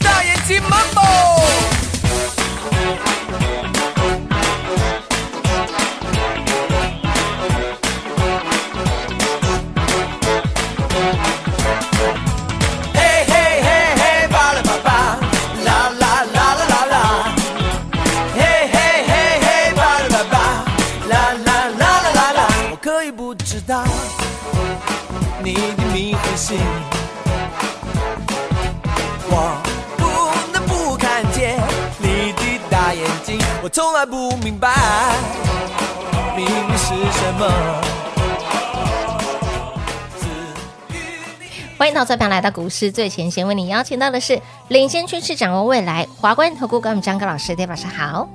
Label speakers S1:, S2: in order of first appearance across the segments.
S1: 大眼睛 Mambo，嘿嘿嘿嘿，巴拉巴巴，啦啦啦啦啦啦，嘿嘿嘿嘿，巴拉巴巴，啦啦啦啦啦啦，我可以不知道你的迷魂心。我不能不看见你的大眼睛，我从来不明白秘密是什么。
S2: 欢迎到这边来到股市最前线，为你邀请到的是领先趋势、掌握未来华冠投顾高敏章高老师，大家晚上好。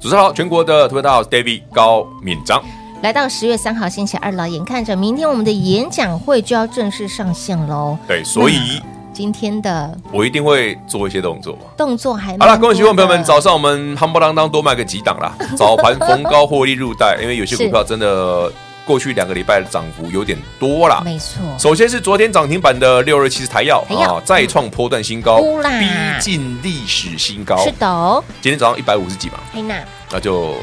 S3: 主持人好，全国的特别大号 David 高敏章，
S2: 来到十月三号星期二了，眼看着明天我们的演讲会就要正式上线喽。
S3: 对，所以
S2: 今天的
S3: 我一定会做一些动作嘛。
S2: 动作还蛮
S3: 好了，各位观众朋
S2: 多
S3: 友们，
S2: 嗯的
S3: 早上我们夯不啷当多买个几 档啦，早盘逢高获利入袋，因为有些股票真的过去两个礼拜的涨幅有点多啦。
S2: 没错，
S3: 首先是昨天涨停板的六二七是台药
S2: 台药嗯
S3: 啊，再创波段新高，
S2: 呼啦
S3: 逼近历史新高。
S2: 是的哦，哎
S3: 今天早上一百五十几嘛，
S2: 黑娜。
S3: 那就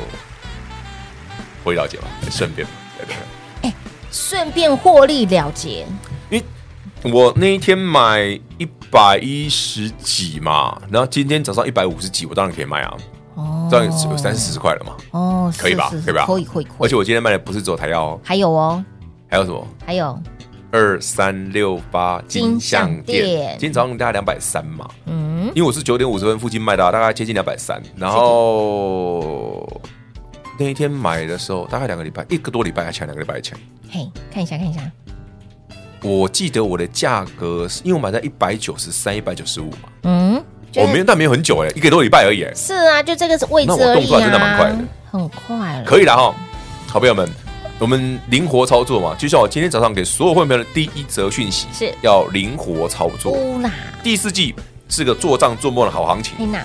S3: 回了解吧，顺便吧。对对对
S2: 顺便获利了结，
S3: 我那一天买一百一十几嘛，然后今天早上一百五十几，我当然可以卖啊，
S2: 哦
S3: 这样有三四十块了嘛，
S2: 哦，
S3: 可以吧
S2: 是是？是
S3: 可以吧？
S2: 可以可以可
S3: 而且
S2: 以。
S3: 我今天卖的不是走台药哦，
S2: 还有哦，
S3: 还有什么
S2: 还有，
S3: 二三六八金像
S2: 金像
S3: 店
S2: 店，
S3: 今天早上大概两百三嘛，
S2: 嗯，
S3: 因为我是九点五十分附近卖的啊、大概接近两百三，然后那一天买的时候，大概两个礼拜，一个多礼拜还前两个礼拜前，
S2: 嘿，看一下看一下，
S3: 我记得我的价格是，因为我买在一百九十三、一百九十五嘛，
S2: 嗯，就
S3: 我
S2: 是
S3: 没有，但没有很久哎、一个多礼拜而已、哎。
S2: 是啊，就这个位置
S3: 那我
S2: 而
S3: 动
S2: 已
S3: 作
S2: 啊，
S3: 还真的蛮快的，
S2: 很快了，
S3: 可
S2: 以，
S3: 以了哈，好朋友们，我们灵活操作嘛，就像我今天早上给所有会员朋友的第一则讯息
S2: 是哦
S3: 要灵活操作。
S2: 乌啦，
S3: 第四季是个做账做梦的好行情，
S2: 黑娜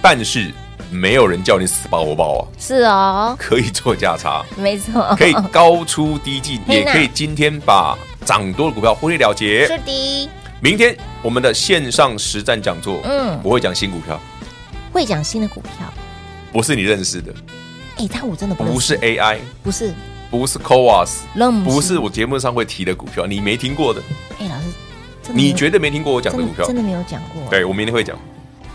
S3: 但是没有人叫你死抱活抱啊，
S2: 是哦，
S3: 可以做价 差，
S2: 没错，
S3: 可以高出低进，
S2: 嘿
S3: 也
S2: 呐
S3: 可以今天把涨多的股票获利了结。
S2: 是的，
S3: 明天我们的线上实战讲座，
S2: 嗯
S3: 我会讲新股票，
S2: 会讲新的股票，
S3: 不是你认识的，
S2: 哎，但我真的不认
S3: 不
S2: 识
S3: 是 AI，
S2: 不是
S3: 不是 Coas，
S2: 愣
S3: 不是，我节目上会提的股票，你没听过的。
S2: 哎，老师，真的没有
S3: 你绝对没听过我讲的股票
S2: 真的真，嗯的没有讲过，
S3: 对我明天会讲。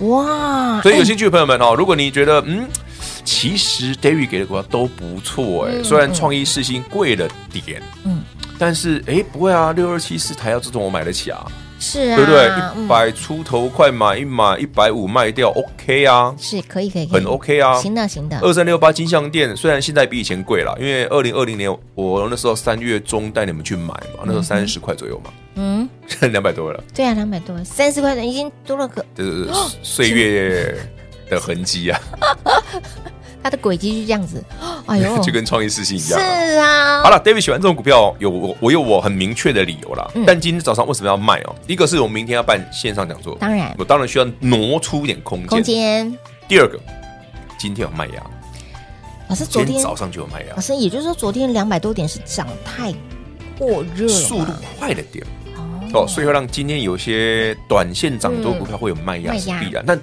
S2: 哇，
S3: 所以有
S2: 哎
S3: 兴趣的朋友们哦，如果你觉得嗯，其实 David 给的股票都不错哎，虽然创意世新贵了点，
S2: 嗯
S3: 嗯，但是哎不会啊，六二七四台要这种我买得起啊，
S2: 是啊，
S3: 对不对？
S2: 嗯
S3: 一百出头快买一买，一百五卖掉 OK 啊，
S2: 是可以可以，可以
S3: 很 OK 啊。
S2: 嗯行的行的，
S3: 二三六八金像店虽然现在比以前贵了，因为二零二零年我那时候三月中带你们去买嘛，那时候三十块左右嘛，
S2: 嗯。
S3: 现在两百多了。
S2: 对啊，两百多，三十块钱已经多了个，
S3: 这是
S2: 哦
S3: 岁月的痕迹啊，，
S2: 它的轨迹就这样子。哎呦
S3: 就跟创意事情一
S2: 是
S3: 样啊、
S2: 啊，
S3: 好了，David 喜欢这种股票，有我我有我很明确的理由啦。
S2: 嗯
S3: 但今天早上为什么要卖哦？一个是我们明天要办线上讲座，
S2: 当然
S3: 我当然需要挪出一点空间。
S2: 空间
S3: 第二个，今天有卖压，
S2: 老师昨
S3: 今天
S2: 天哦
S3: 早上就有卖压
S2: 老，师也就是说昨天两百多点是涨太过热了嘛，
S3: 速度快了点哦，所以会让今天有些短线涨多股票会有卖压
S2: 嗯卖
S3: 是
S2: 压
S3: 必然，但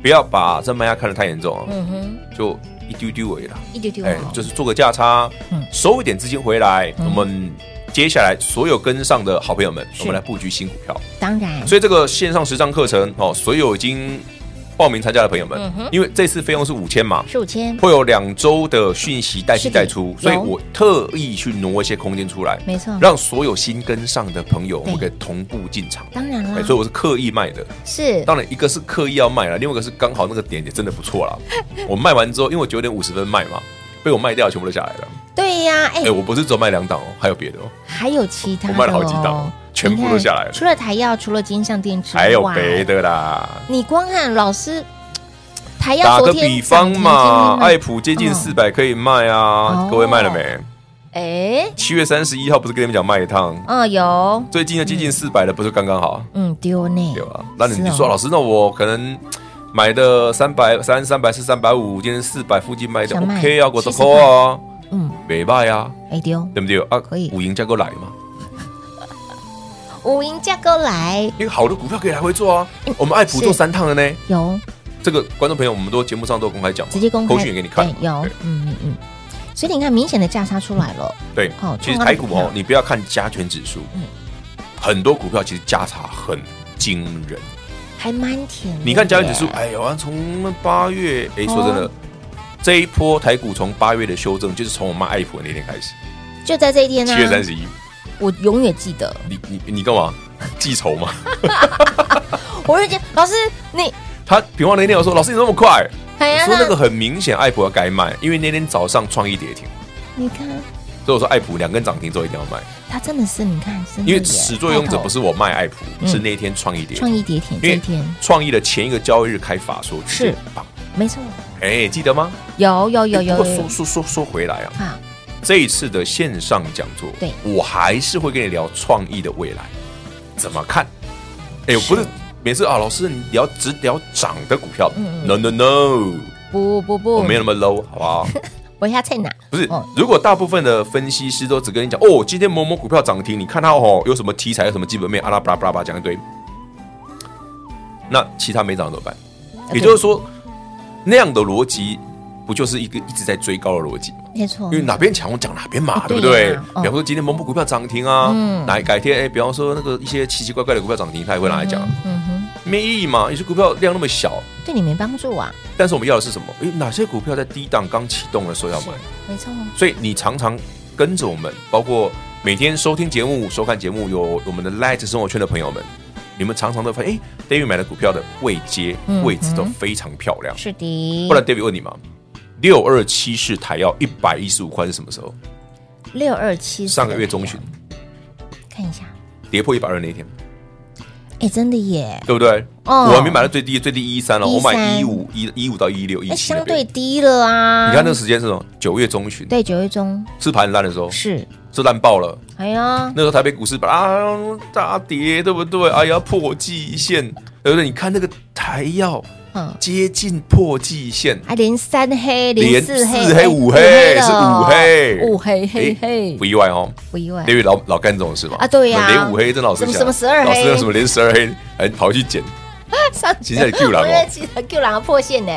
S3: 不要把这卖压看得太严重哦，
S2: 嗯哼，
S3: 就一丢丢而已啦。
S2: 一丢丢
S3: 哎、
S2: 哦
S3: 就是做个价差
S2: 嗯，
S3: 收一点资金回来。
S2: 嗯
S3: 我们接下来所有跟上的好朋友们，
S2: 是
S3: 我们来布局新股票。
S2: 当然
S3: 所以这个线上实战课程哦，所有已经报名参加的朋友们
S2: 嗯哼，
S3: 因为这次费用是五千嘛，
S2: 十五千，
S3: 会有两周的讯息带
S2: 是
S3: 进
S2: 的
S3: 带出，所以
S2: 有
S3: 我特意去挪一些空间出来，
S2: 没错，
S3: 让所有新跟上的朋友，我们
S2: 嗯
S3: 可
S2: 对嗯
S3: 以同步进场。
S2: 当然
S3: 哎、
S2: 啦，
S3: 所以我是刻意卖的。
S2: 是
S3: 当然，一个是刻意要卖了，另外一个是刚好那个点也真的不 错啦。我卖完之后，因为我九点五十分卖嘛，被我卖掉，全部都下来了。
S2: 对呀，哎
S3: 哎、，我不是只有卖两档哦，还有别的哦，
S2: 还有其他
S3: 我
S2: 的
S3: 卖了好几档、
S2: 哦
S3: 哦，全部都下来了，
S2: 除了台药，除了金项电池，
S3: 还有
S2: 哇
S3: 别的啦。
S2: 你光看老师嗯台药
S3: 打
S2: 昨
S3: 个
S2: 天
S3: 比方嘛，
S2: 哎
S3: 爱普接近
S2: 嗯
S3: 四百可以卖
S2: 哦
S3: 啊，各位卖了没？
S2: 哎，
S3: 七月三十一号不是跟你们讲卖一趟，
S2: 哦有，
S3: 最近的接近四百的不是刚刚好？
S2: 嗯丢呢，
S3: 对吧？那你
S2: 是
S3: 你
S2: 哦
S3: 说老师，那我可能买的三百三、三百四、三百五，今天四百附近卖的
S2: 想卖
S3: OK 啊，我
S2: 70
S3: 都扣啊，
S2: 嗯
S3: 没卖啊，
S2: 哎丢，
S3: 对不对啊？
S2: 可以
S3: 五赢架构来嘛，
S2: 五营架构来
S3: 因为好的股票可以来回做啊。我们爱普做
S2: 哎是
S3: 三趟了呢，
S2: 有
S3: 这个观众朋友，我们都节目上都有公开讲嘛，
S2: 直接公开
S3: 口讯也给你看
S2: 对，有
S3: 对，
S2: 嗯嗯嗯，所以你看明显的价差出来了，
S3: 对，
S2: 哦
S3: 其实
S2: 创高
S3: 台
S2: 的
S3: 股
S2: 股票
S3: 哦，你不要看加权指数，
S2: 嗯
S3: 很多股票其实价差很惊人。
S2: 嗯还蛮甜的耶。
S3: 你看加权指数，哎呦，啊从八月，哎，
S2: 哦
S3: 说真的，这一波台股从八月的修正，就是从我妈爱普的那天开始，
S2: 就在这一天呢，啊
S3: 七月三十一，
S2: 我永远记得，
S3: 你你你 干嘛？记仇吗？哦
S2: 我就觉得老师你，
S3: 他平方那天我说，老师你那么快，
S2: 哎
S3: 我
S2: 呀，
S3: 说那个很明显，爱普要该卖，因为那天早上创意跌停，
S2: 你看
S3: 所以我说爱普两根涨停之后一定要卖，
S2: 他真的是，你看，真的
S3: 因
S2: 耶
S3: 为始作俑者不是我卖爱普，
S2: 嗯
S3: 是那天创意跌
S2: 开头
S3: 停
S2: 创。意跌停
S3: 因
S2: 这一
S3: 为
S2: 天，
S3: 创意的前一个交易日开法说直接
S2: 是
S3: 绑，
S2: 没错，
S3: 哎，记得吗？
S2: 有有有
S3: 哎
S2: 有
S3: 不过
S2: 有
S3: 说说说说回来啊，
S2: 啊，
S3: 这一次的线上讲座，
S2: 对
S3: 我还是会跟你聊创意的未来，怎么看？哎，我不是每次啊，老师你聊只聊涨的股票
S2: 嗯嗯
S3: ，no no no，
S2: 不不不，
S3: 我没有那么 low，好不好？
S2: 我下在哪？
S3: 不是
S2: 哦，
S3: 如果大部分的分析师都只跟你讲，哦，今天某某股票涨停，你看它哦有什么题材，有什么基本面，阿拉巴拉巴拉巴拉讲一堆，那其他没涨怎么办？也就是说，那样的逻辑不就是一个一直在追高的逻辑吗？
S2: 没错，
S3: 因为哪边强我讲哪边嘛，
S2: 啊
S3: 对不
S2: 哦对
S3: 对
S2: 呀？
S3: 比
S2: 嗯
S3: 方说今天某某股票涨停啊
S2: 嗯，
S3: 哪改天哎，比方说那个一些奇奇怪怪的股票涨停，他也会拿来讲，
S2: 嗯哼，
S3: 没意义嘛。有些股票量那么小，
S2: 对你没帮助啊，
S3: 但是我们要的是什么？哎，哪些股票在低档刚启动的时候要
S2: 是
S3: 买？
S2: 没错，
S3: 所以你常常跟着我们，包括每天收听节目、收看节目，有我们的 Light 生活圈的朋友们，你们常常都发现，哎、d a v i d 买的股票的位阶
S2: 嗯哼
S3: 位置都非常漂亮。
S2: 是的，
S3: 不然 David 问你嘛，六二七是台药一百一十五块是什么时候？
S2: 六二七
S3: 上个月中旬
S2: 啊看一下，
S3: 跌破一百二那一天，
S2: 哎，真的耶，
S3: 对不对？
S2: 哦
S3: 我还没买到最低，最低一三了，哦
S2: 13
S3: 我买一五一一五到一六一
S2: 哎，
S3: 七
S2: 相
S3: 那
S2: 对
S3: 边。
S2: 低了啊，
S3: 你看那个时哦间是什么？九月中旬，
S2: 对九月中
S3: 是盘烂的时候，
S2: 是，
S3: 是烂爆了。
S2: 哎呀，
S3: 那时候台北股市啊大跌，对不对？哎呀，破季线，对不对？你看那个台药
S2: 嗯，
S3: 接近破季线，
S2: 还连三黑，
S3: 连
S2: 四黑，
S3: 四黑
S2: 哎
S3: 五
S2: 五
S3: 黑
S2: 了
S3: 是
S2: 哦
S3: 五黑
S2: 五黑黑
S3: 哎
S2: 黑
S3: 不，意外哦。
S2: 不意外
S3: 因，为老老干这种事嘛
S2: 啊对呀
S3: 连五黑，真的老师
S2: 什么
S3: 讲
S2: 什么12黑
S3: 老师那什么连十二黑还跑去 捡，
S2: 上
S3: 现在 Q 狼
S2: 我
S3: 哦
S2: 也记得 Q 狼的破线呢。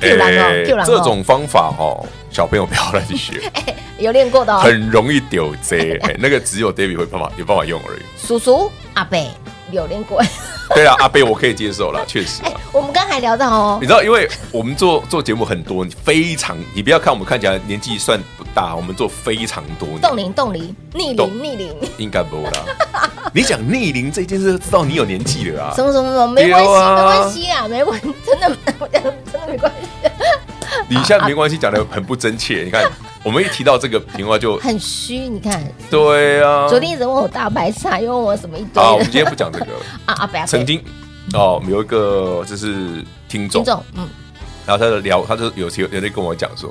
S2: Q 狼哦
S3: 哎
S2: ，Q 狼哦
S3: 这种方法哦，小朋友不要乱学，
S2: 哎有练过的哦，
S3: 很容易丢贼。哎那个只有 David 会办法有办法用而已。
S2: 叔叔阿贝有练过。
S3: 对啊啦，阿贝我可以接受啦，确实
S2: 哎
S3: 啊。，
S2: 我们刚才聊到哦
S3: 你，知道，因为我们做做节目很多，非常，你不要看我们看起来年纪算不大，我们做非常多年，
S2: 冻龄冻龄逆龄
S3: 冻
S2: 逆龄，
S3: 应该不会啦。 你讲逆龄这件事，知道你有年 纪了啊
S2: 什。么什么什么，没关系
S3: 对啊
S2: 没关系啊，没关，真的 真的没关系，
S3: 你现在没关系，讲的很不真切。你 看，我们一提到这个平话就
S2: 很虚。你看，
S3: 对啊。
S2: 昨天一直问我大白菜，又问我什么一堆
S3: 好，我们今
S2: 的
S3: 天不讲这 个。
S2: 啊阿贝阿
S3: 曾
S2: 贝，
S3: 经哦，我们有一个就是听
S2: 听，
S3: 众
S2: 众嗯，
S3: 然后他就聊，他就有有有在跟我讲说，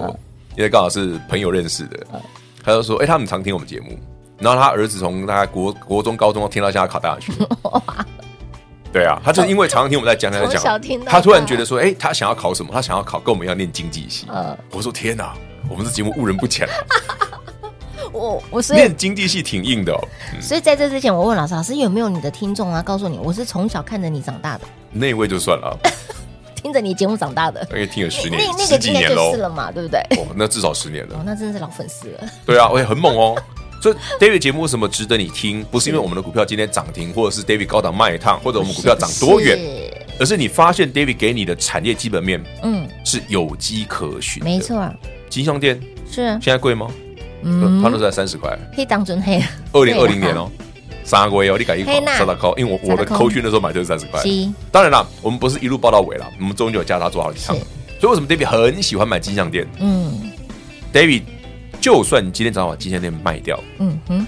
S3: 因为刚好是朋友认识的，
S2: 嗯
S3: 他就说，哎、他们常听我们节目，然后他儿子从大概国国中、高中听到现在考大 学，对啊，他就因为常常听我们在讲，他在
S2: 从小听
S3: 讲，
S2: 到大
S3: 他突然觉得说，哎、他想要考什么？他想要考跟我们一样念经济系。
S2: 呃，
S3: 我说天哪，我们这节目误人不浅啊，
S2: 我我 所以
S3: 念经济系挺硬的、哦，
S2: 所以在这之前，我问老师，老师有没有你的听众啊？告诉你，我是从小看着你长大的，
S3: 那一位就算了，
S2: 听着你节目长大的，
S3: 因为听了十
S2: 那
S3: 年、
S2: 那
S3: 十
S2: 个
S3: 几
S2: 应该
S3: 年
S2: 就
S3: 喽
S2: 是，了嘛，对不 对？
S3: 哦，那至少十年了
S2: 哦，。那真的是老粉丝了，
S3: 对啊，我也很猛哦。 所以 David 节目为什么值得你听？不是因为我们的股票今天涨停，或者是 David 高档卖一趟，或者我们股票涨多 远，
S2: 是？
S3: 而是你发现 David 给你的产业基本面
S2: 嗯，
S3: 是有迹可循。
S2: 没，错，啊
S3: 金项店
S2: 是
S3: 现在贵吗？
S2: 嗯
S3: 它都是在三十块，
S2: 黑当准黑，啊
S3: 二零二零年哦，三个月哦，你改一
S2: 嘿呐
S3: 三大扣，因为我我的
S2: 三大扣
S3: 扣讯的时候买就是三十块。
S2: 是
S3: 当然啦，我们不是一路报到尾啦，我们中间有加他做好几趟
S2: 是。
S3: 所以为什么 David 很喜欢买金项店
S2: 嗯
S3: ？David 就算你今天早上把金项店卖掉，
S2: 嗯哼，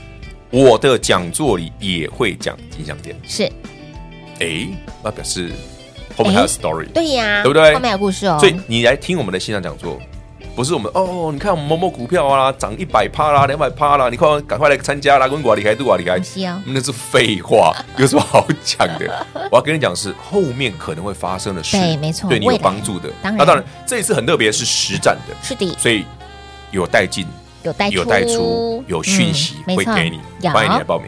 S3: 我的讲座里也会讲金项店。
S2: 是
S3: 哎，那表示后面还有
S2: 哎
S3: story，
S2: 对呀，
S3: 对不对
S2: 后面有故事哦，
S3: 所以你来听我们的线上讲座，不是我们哦，你看我们某某股票啊，涨一百趴啦，两百趴啦，你快赶快来参加啦，滚瓜离开，杜瓜离开
S2: 不是哦，
S3: 那是 废话，有什么好讲的？我要跟你讲的是后面可能会发生的事，
S2: 对没错
S3: 对你
S2: 未
S3: 有
S2: 来
S3: 帮助的。
S2: 当然
S3: 那当然，这一次很特别，是实战的，
S2: 是的，
S3: 所以有带进。
S2: 有带
S3: 有带出，有讯息
S2: 嗯没
S3: 会
S2: 错
S3: 给你，
S2: 有
S3: 欢迎你来报名。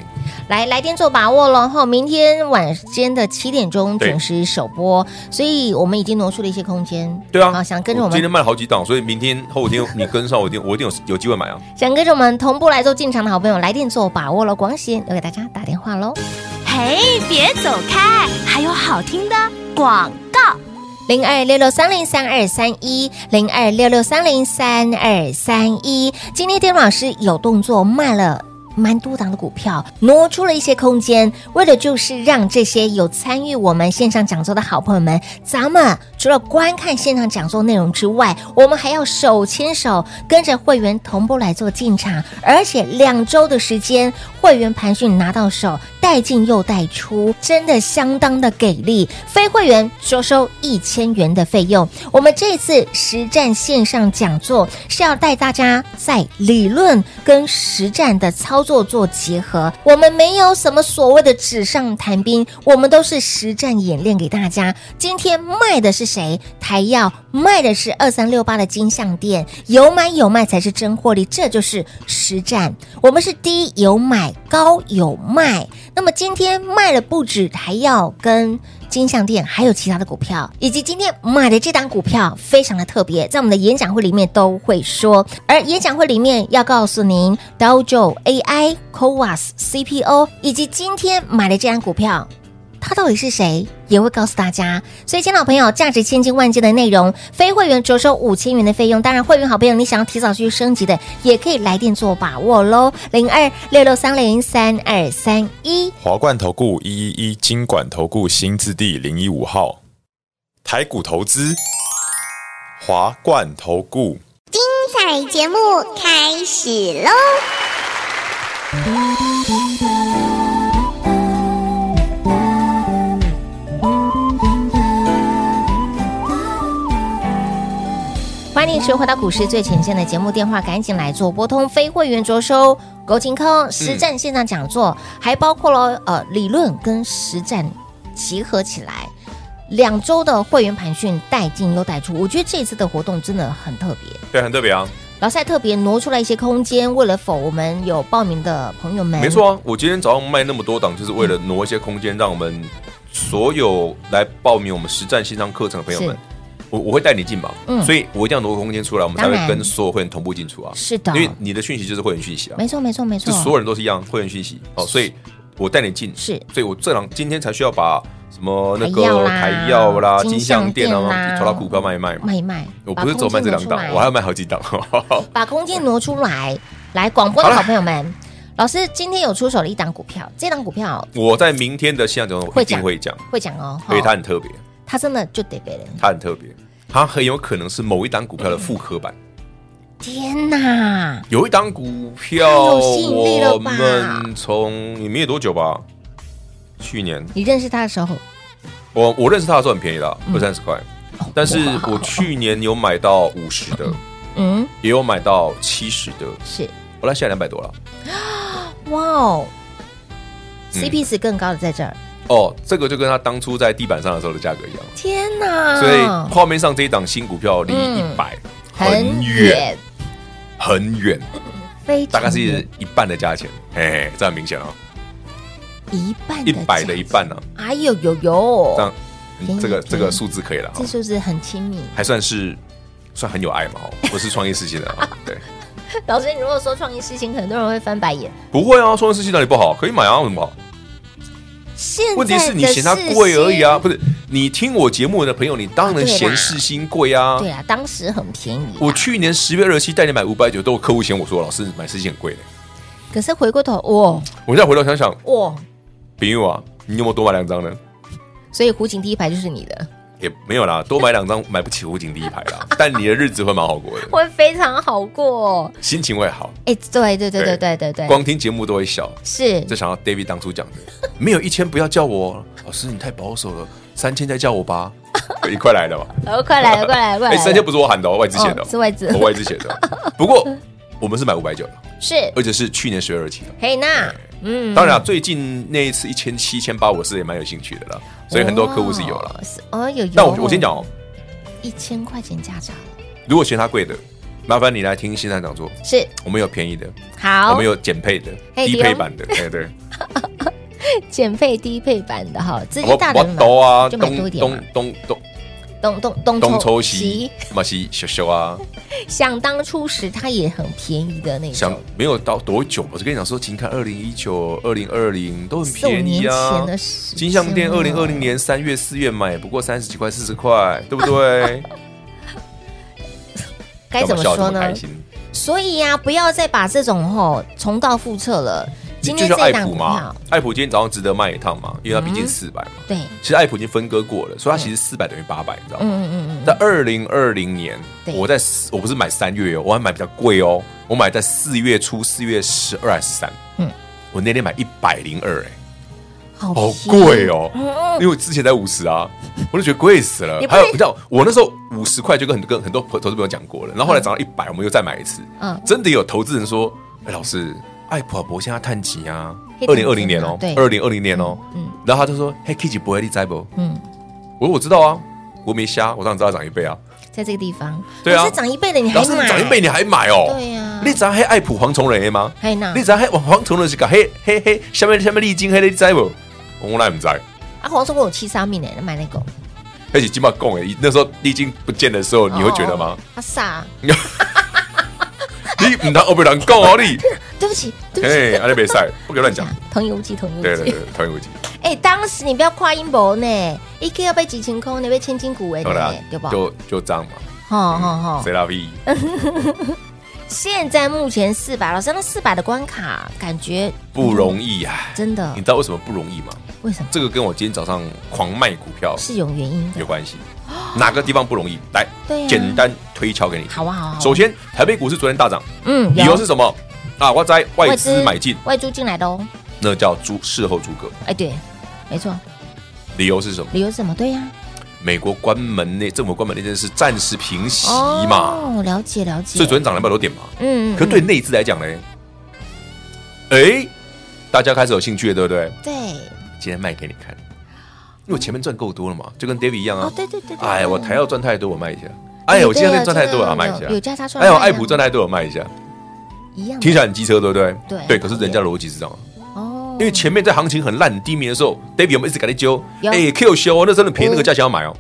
S2: 来来电做把握了哈，明天晚间的七点钟
S3: 对
S2: 准时首播，所以我们已经挪出了一些空间。
S3: 对啊，
S2: 好，想跟着我
S3: 今天
S2: 们，
S3: 卖了好几档，所以明天后天你跟上，我一定我一定有有机会买啊。
S2: 想跟着我们同步来做进场的好朋友，来电做把握了，广喜留给大家打电话喽。
S4: 嘿，别走开，还有好听的广告。
S2: 零二六六三零三二三一，零二六六三零三二三一。今天 d 老师有动作，卖了。蛮多档的股票挪出了一些空间，为了就是让这些有参与我们线上讲座的好朋友们，咱们除了观看线上讲座内容之外，我们还要手牵手跟着会员同步来做进场，而且两周的时间，会员盘讯拿到手，带进又带出，真的相当的给力。非会员收收一千元的费用。我们这次实战线上讲座是要带大家在理论跟实战的操作做结合。我们没有什么所谓的纸上谈兵，我们都是实战演练给大家。今天卖的是谁？台药卖的是二三六八的金项店，有买有卖才是真获利，这就是实战。我们是低有买，高有卖。那么今天卖了不止台药跟金项店，还有其他的股票，以及今天买的这档股票非常的特别，在我们的演讲会里面都会说。而演讲会里面要告诉您 Dojo AI、Coas CPO，以及今天买的这档股票。它到底是谁，也会告诉大家。所以，亲老朋友，价值千金万金的内容，非会员着收五千元的费用。当然，会员好朋友，你想要提早去升级的，也可以来电做把握喽。零二六六三零三二三一。
S5: 华冠投顾一一一金管投顾新字第零一五号，台股投资，华冠投顾。
S6: 彩节目开始喽！
S2: 欢迎持续回到股市最前线的节目电话，赶紧来做拨通非会员着收。狗晴空实战线上讲座，还包括了呃理论跟实战结合起来，两周的会员盘训带进又带出，我觉得这次的活动真的很特别。
S3: 对，很特别啊，
S2: 老师还特别挪出来一些空间，为了否我们有报名的朋友们，
S3: 没，错啊。我今天早上卖那么多档，就是为了挪一些空间，让我们所有来报名我们实战线上课程的朋友们
S2: 是，
S3: 我我会带你进嘛，
S2: 嗯
S3: 所以我一定要挪个空间出来，我们才
S2: 当然
S3: 会跟所有会员同步进出啊。
S2: 是的
S3: 因为你的讯息就是会员讯息啊，
S2: 没错，没错， 没
S3: 就
S2: 错，
S3: 所有人都是一样会员讯息哦，所以我带你进
S2: 是
S3: 所以我这两今天才需要把什么那个
S2: 台药啦
S3: 台药啦、
S2: 金
S3: 金
S2: 像
S3: 项店
S2: 店啦
S3: 啊、投拉股票卖一卖嘛。
S2: 卖一卖，
S3: 我不是走卖这两档，我还要卖好几档。
S2: 把空间挪出来。来，广播的好朋友们，老师今天有出手了一档股票，这档股票
S3: 我在明天的现场中我一定会讲，
S2: 会讲哦，
S3: 因为它
S2: 哈
S3: 很特别，
S2: 它真的就得被人。
S3: 它很特别，它很有可能是某一档股票的复刻版。
S2: 天哪，
S3: 有一档股票，
S2: 太有吸引力了
S3: 我
S2: 吧
S3: 们从也没有多久吧，去年
S2: 你认识它的时候，
S3: 我我认识它的时候很便宜啦，二三十块，但是我去年有买到五十的，
S2: 嗯，
S3: 也有买到七十的，
S2: 是
S3: 后来现在两百多了。
S2: 哇哦
S3: 嗯
S2: ，CP 值更高的在这儿。
S3: 哦，这个就跟它当初在地板上的时候的价格一样，
S2: 天哪，
S3: 所以画面上这一档新股票离一
S2: 嗯
S3: 百
S2: 很
S3: 很远
S2: 远，
S3: 很远，
S2: 非常
S3: 大概是
S2: 远
S3: 一半的价钱，哎，这很明显啊，
S2: 一半
S3: 一百的一
S2: 价
S3: 半呢，
S2: 钱。
S3: 啊
S2: 哎呦呦呦，
S3: 这样嗯
S2: 便宜
S3: 这个
S2: 便宜
S3: 这个数字可以了，
S2: 这
S3: 哦
S2: 数字很亲密。
S3: 还算是算很有爱嘛，哦，不是创业失心的啊， 对，
S2: 老师，你如果说创意事情，很多人会翻白眼。
S3: 不会啊，创业失心哪里不好？可以买啊，有什么好？
S2: 现在的
S3: 问题是你嫌它贵而已啊，
S2: 世
S3: 不是？你听我节目的朋友，你当
S2: 啊对
S3: 然
S2: 啦
S3: 嫌市心贵啊
S2: 新。对啊，当时很便宜啊、
S3: 我去年十月二十七带你买五百九，都有客户嫌我说老师买四千很贵嘞。
S2: 可是回过头，哇
S3: 我现在回头想想，
S2: 哇，
S3: 朋友啊，你有没有多买两张呢？
S2: 所以湖景第一排就是你的，
S3: 哎、也没有啦，多买两张买不起湖景第一排 啦，但你的日子会蛮好过的，
S2: 会非常好过。
S3: 心情会好，
S2: 哎，对对对对对对对，
S3: 光听节目都会笑。
S2: 是
S3: 就想到 David 当初讲的，没有一千不要叫我，哦老师你太保守了，三千再叫我 吧，你快来了吧？
S2: 哦，快来 了，快来了，快来
S3: 哎，
S2: 了！
S3: 三千不是我喊的哦，外资写的
S2: 哦是外资
S3: 哦外资写的哦。不过我们是买五百九的，
S2: 是
S3: 而且是去年十月二期的。
S2: 嘿娜，嗯，
S3: 当然啊，最近那一次一千七、一千八，我是也蛮有兴趣的啦，所以很多客户是有了
S2: 哦。是哦，有有。
S3: 但我我先讲，哦，
S2: 一千块钱价差
S3: 如果嫌它贵的，麻烦你来听新三讲座，
S2: 是
S3: 我们有便宜的，我
S2: 好
S3: 们，有减配的、
S2: 嘿
S3: 低
S2: 对
S3: 配
S2: 哦
S3: 版的，哎对，
S2: 减配低配版的哈，资
S3: 我
S2: 金大
S3: 我
S2: 人买
S3: 抖啊，
S2: 就买多
S3: 东
S2: 一点嘛
S3: 东东东
S2: 东东东
S3: 东
S2: 抽
S3: 抽西，嘛西小 小啊，
S2: 想当初时它也很便宜的那
S3: 想
S2: 种，
S3: 没有到多久吧？我就跟你讲说，请看二零一九、二零二零都很
S2: 四五
S3: 便
S2: 年
S3: 宜啊
S2: 前。的时
S3: 金项店
S2: 间了
S3: 二零二零年三月、四月买，不过三十几块、四十块，对不对？
S2: 该怎么
S3: 干嘛笑得
S2: 说
S3: 这
S2: 呢
S3: 开？心，
S2: 所以呀，不要再把这种吼重蹈覆辙了。今
S3: 就
S2: 天
S3: 像
S2: 这
S3: 爱
S2: 一档
S3: 普
S2: 股
S3: 嘛
S2: 票，，嗯
S3: 爱普今天早上值得卖一趟嘛，因为它毕竟四百嘛。
S2: 对，
S3: 其实爱普已经分割过了，所以它其实四百等于八百，你知道吗？
S2: 嗯嗯嗯
S3: 在二零二零年，
S2: 对
S3: 我在四我不是买三月哦，我还买比较贵哦，我买在四月初，四月十二还是三？
S2: 嗯
S3: 嗯，我那天买一百零二，哎，
S2: 嗯，好
S3: 好
S2: 便宜
S3: 贵哦，因为我之前才五十啊，我就觉得贵死了
S2: 你。不
S3: 还
S2: 是
S3: 有，你知道我那时候五十块就跟很跟很多投投资朋友讲过了，然后后来涨到一百，我们又再买一次。
S2: 嗯
S3: 真的有投资人说，哎，老师，爱普尔博现在探几啊？
S2: 嘿
S3: 二零二零年哦
S2: 啊对，
S3: 二零二零年哦，
S2: 嗯
S3: 然后他就说，嘿，Kitty 不会你在不？
S2: 嗯，
S3: 我说我知道啊，我没瞎，我当然知道它涨一倍啊。
S2: 在这个地方，
S3: 对啊
S2: 老师涨一倍的你还
S3: 老师你
S2: 买？
S3: 涨一倍你还买哦？
S2: 哎对啊呀
S3: 你涨黑爱普蝗虫人的吗？
S2: 嘿娜
S3: 你，知道黑蝗虫人是个黑黑黑下面下面丽晶黑的，你知不？我哪不知道？
S2: 啊，黄总我有七三米呢，买那个，
S3: 而且金马贡诶，那时候丽晶不见的时候，你会觉得吗
S2: 哦？？啊傻，
S3: 你唔当我被人讲哦你，
S2: 对不起，对不起，
S3: 嘿，阿你别赛，不可以乱讲。，
S2: 同游记，同游记。
S3: 对对对，同一危机。
S2: 哎，当时你不要跨音博呢，一个要被几千空，你被千金股哎
S3: 好啦，，
S2: 对吧？
S3: 就就这样嘛。
S2: 好好好
S3: 谁，拉 V？
S2: 现在目前四百，老师那四百的关卡感觉
S3: 不容易啊！
S2: 真的
S3: 你，知道为什么不容易吗？
S2: 为什么
S3: 这个跟我今天早上狂卖股票
S2: 是有原因
S3: 有
S2: 的？
S3: 关系。哪个地方不容易？来
S2: 对啊，
S3: 简单推敲给你听。
S2: 好啊好啊好啊
S3: 首先，台北股市昨天大涨，
S2: 嗯，
S3: 理由是什么？啊，我在外资买进，
S2: 外租进来的哦，
S3: 那叫诸事后诸葛。
S2: 哎对，没错，
S3: 理由是什么？
S2: 理由是什么？对呀，
S3: 美国关门那政府关门那件事暂时平息嘛，
S2: 哦，了解了解，
S3: 所以昨天涨两百多点嘛。
S2: 嗯，嗯，
S3: 可对
S2: 嗯
S3: 内资来讲呢，哎，大家开始有兴趣了，对不对？
S2: 对，
S3: 今天卖给你看，因为我前面赚够多了嘛，就跟 David 一样啊
S2: 哦。对对对，对
S3: 哎，
S2: 对哦
S3: 我台要赚太多，我卖一下。哎呀，我今天赚太多，我要卖一下
S2: 有。价差出来，
S3: 哎呀，我爱普赚太多，我卖一下。
S2: 一样的
S3: 听起来很机车，对不对？
S2: 嗯对
S3: 可是人家的逻辑是这样啊，
S2: 哦
S3: 因为前面在行情很烂、很低迷的时候，David 有没有一直给你揪？
S2: 有
S3: 哎，Q 修，那真的便宜那个价钱要买哦。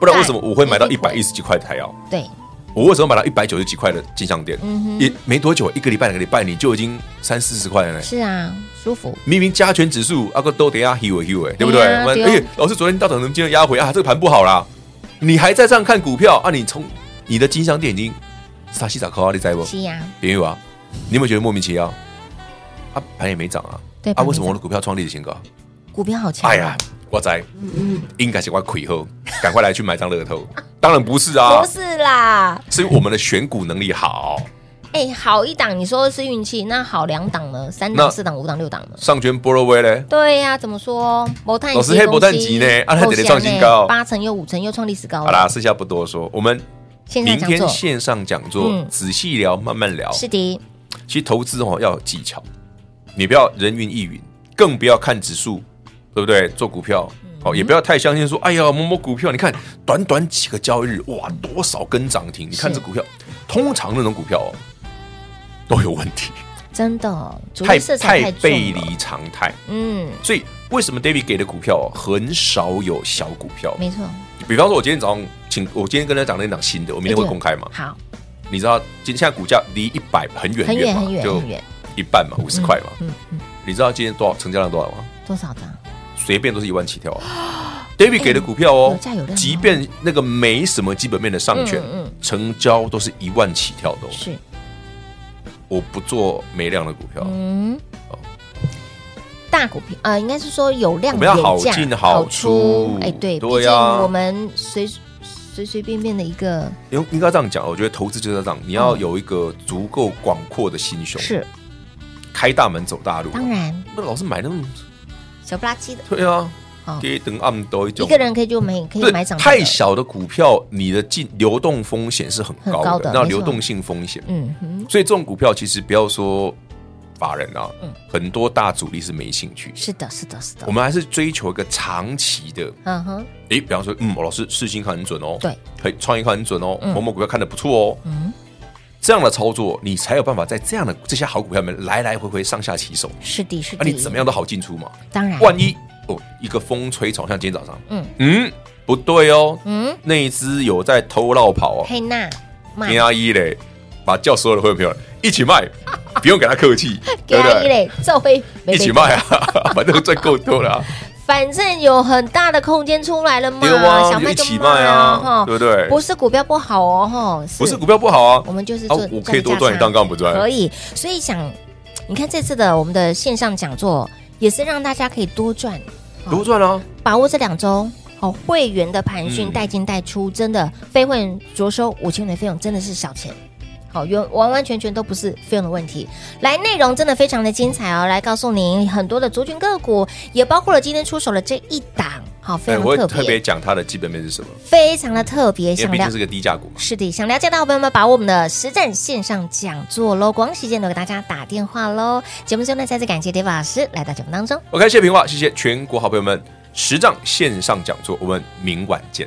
S3: 不然为什么我会买到
S2: 一
S3: 一
S2: 定会
S3: 百一十几块的台药？
S2: 对，
S3: 我为什么买到一百九十几块的金项店？
S2: 嗯
S3: 也没多久，一个礼拜、两个礼拜，你就已经三四十块了呢。
S2: 是啊，舒服，
S3: 明明加权指数啊个都得压 h e w h e w 对不对？
S2: 对啊
S3: 我们
S2: 对哦
S3: 而且老师昨天到涨，能今天压回啊，这个盘不好啦。你还在这样看股票啊？你从你的金商店已经傻西傻扣啊，你在不？
S2: 是呀，
S3: 别有啊，你有没有觉得莫名其妙？啊，盘也没涨啊，
S2: 对
S3: 啊，
S2: 盘没
S3: 为什么
S2: 涨
S3: 我的股票创历史新高？
S2: 股票好强，
S3: 哎呀，，我在，
S2: 嗯
S3: 应该是我亏后，赶快来去买张乐透。 当然不是啊
S2: 不，是啦，
S3: 是因为我们的选股能力好。
S2: 哎，好一档你说是运气，那好两档呢，三档、
S3: 那
S2: 四档、五档、六档呢？
S3: 上圈波罗威嘞，
S2: 对呀，怎么说？某探
S3: 老师黑某探级呢啊那得得创新高
S2: 八成又五成又创历史高了。
S3: 好啦，剩下不多说，我们
S2: 线上
S3: 明
S2: 讲
S3: 天
S2: 座
S3: 线上讲座
S2: 嗯
S3: 仔细聊，慢慢聊。
S2: 是的，
S3: 其实投资哦要有技巧，你不要人云亦云，更不要看指数，对不对？做股票
S2: 嗯
S3: 哦，也不要太相信说，哎呀，某某股票，你看短短几个交易日，哇，多少根涨停？你看
S2: 是
S3: 这股票，通常那种股票哦都有问题，
S2: 真的，主
S3: 太
S2: 力色彩太重
S3: 背
S2: 了。
S3: 离常态。
S2: 嗯，
S3: 所以为什么 David 给的股票哦很少有小股票？
S2: 没错，
S3: 比方说，我今天早上请我今天跟他讲那档新的，我明
S2: 哎
S3: 天会公开嘛？
S2: 好，
S3: 你知道今现在股价离一百很远
S2: 很远
S3: 嘛
S2: 很远
S3: 就
S2: 很远，
S3: 一半嘛，五十块嘛。
S2: 嗯嗯，
S3: 你知道今天多少成交量多少吗？
S2: 多少张？
S3: 随便都是一万起跳啊。David 给的股票哦
S2: 哎有价有量哦，
S3: 即便那个没什么基本面的上权
S2: 嗯嗯，
S3: 成交都是一万起跳的哦。
S2: 是，
S3: 啊我不做没量的股票，
S2: 嗯，大股票，呃，应该是说有量
S3: 哦我们要
S2: 有
S3: 好
S2: 价
S3: 进好出
S2: 哎，对，毕
S3: 对
S2: 竟
S3: 啊呀
S2: 我们随随随便便的一个
S3: 应应该这样讲，我觉得投资就是要这样，你要有一个足够广阔的心胸，
S2: 嗯是，
S3: 开大门走大路。
S2: 当，然
S3: 不老是买那种，
S2: 小不拉几的，
S3: 对啊
S2: 哦，
S3: 跌等暗多一种。
S2: 一个人可以就买，可以
S3: 对
S2: 买涨停
S3: 太
S2: 的，
S3: 小的股票，你的进流动风险是很
S2: 很
S3: 高
S2: 高的
S3: 的，那
S2: 没错
S3: 流动性风险。
S2: 嗯哼，
S3: 所以这种股票其实不要说法人啊
S2: 嗯，
S3: 很多大主力是没兴趣。
S2: 是的，是的，是的
S3: 我，们还是追求一个长期的，
S2: 嗯哼，
S3: 诶，比方说，嗯，老师世新看很准哦，
S2: 对，
S3: 嘿，创意看很准哦，
S2: 嗯
S3: 某某股票看的不错哦，
S2: 嗯，
S3: 这样的操作，你才有办法在这样的这些好股票里面来来回回上下起手，
S2: 是的，是
S3: 啊，
S2: 的，
S3: 你怎么样都好进出嘛。
S2: 当然，
S3: 万一哦，一个风吹草，像今天早上，
S2: 嗯
S3: 嗯，不对哦，
S2: 嗯，
S3: 那一只有在偷绕跑哦，
S2: 佩娜骂
S3: 阿一嘞，把叫所有的会员朋友一 起卖，不用给他客气，
S2: 给
S3: 对不
S2: 阿姨
S3: 对？
S2: 嘞，赵辉
S3: 一起，卖啊， 反正赚够多了 啊，
S2: 反正有很大的空间出来了嘛，
S3: 对啊，
S2: 想
S3: 就
S2: 卖
S3: 一
S2: 就
S3: 起卖啊，
S2: 哈
S3: 对，不对？
S2: 不是股票不好哦，哈，
S3: 不是股票不好啊，
S2: 我们就是
S3: 啊
S2: 做、，
S3: 我可以多
S2: 价
S3: 赚一
S2: 差
S3: 档，干嘛不
S2: 可
S3: 赚？
S2: 以。所以想，你看这次的我们的线上讲座，也是让大家可以多赚，
S3: 多赚啊，
S2: 把握这两周。哦，会员的盘讯
S3: 嗯
S2: 带进带出，真的非会员着收五千元的费用真的是小钱，好，完完完全全都不是费用的问题。来，内容真的非常的精彩哦，来告诉您很多的族群个股，也包括了今天出手的这一档，好，非
S3: 哎，
S2: 常
S3: 我会
S2: 特
S3: 特
S2: 别，
S3: 别讲它的基本面是什么，
S2: 非常的特别，
S3: 因为
S2: 想
S3: 毕
S2: 了
S3: 竟是个低价股嘛。
S2: 是的，想了解到的朋友们，把握我们的实战线上讲座喽！光时间都给大家打电话喽。节目最后呢，再次感谢 David 老师来到节目当中。
S3: OK，谢谢平话，谢谢全国好朋友们，实战线上讲座，我们明晚见。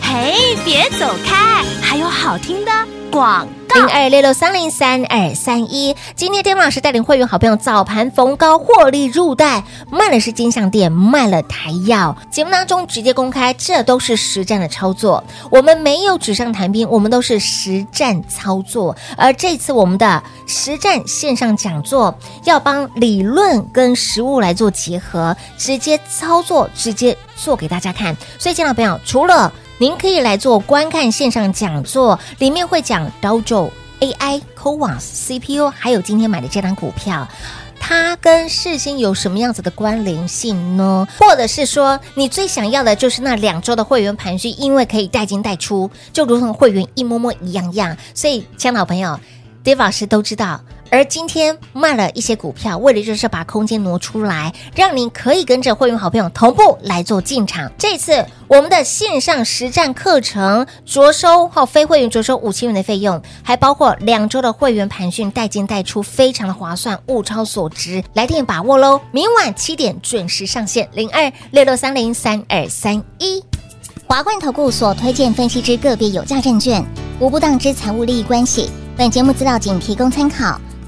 S4: 嘿，别走开，还有好听的广告。
S2: 零二六六三零三二三一。今天 d a 老师带领会员好朋友早盘逢高获利入袋，卖了是金项店，卖了台药。节目当中直接公开，这都是实战的操作，我们没有纸上谈兵，我们都是实战操作。而这次我们的实战线上讲座要帮理论跟实物来做结合，直接操作，直接做给大家看。所以，亲爱的朋友，除了您可以来做观看线上讲座，里面会讲 Dow Jones AI、CoWAS、CPU，还有今天买的这档股票。它跟世星有什么样子的关联性呢？或者是说，你最想要的就是那两周的会员盘讯，因为可以带进带出，就如同会员一摸摸一样样。所以，亲爱的朋友，Dave 老师都知道。而今天卖了一些股票，为的就是把空间挪出来，让您可以跟着会员好朋友同步来做进场。这次我们的线上实战课程着收后，非会员着收五千元的费用，还包括两周的会员盘训带进带出，非常的划算，物超所值，来电把握喽！明晚七点准时上线，零二六六三零三二三一。
S6: 华冠投顾所推荐分析之个别有价证券，无不当之财务利益关系。本节目资料仅提供参考，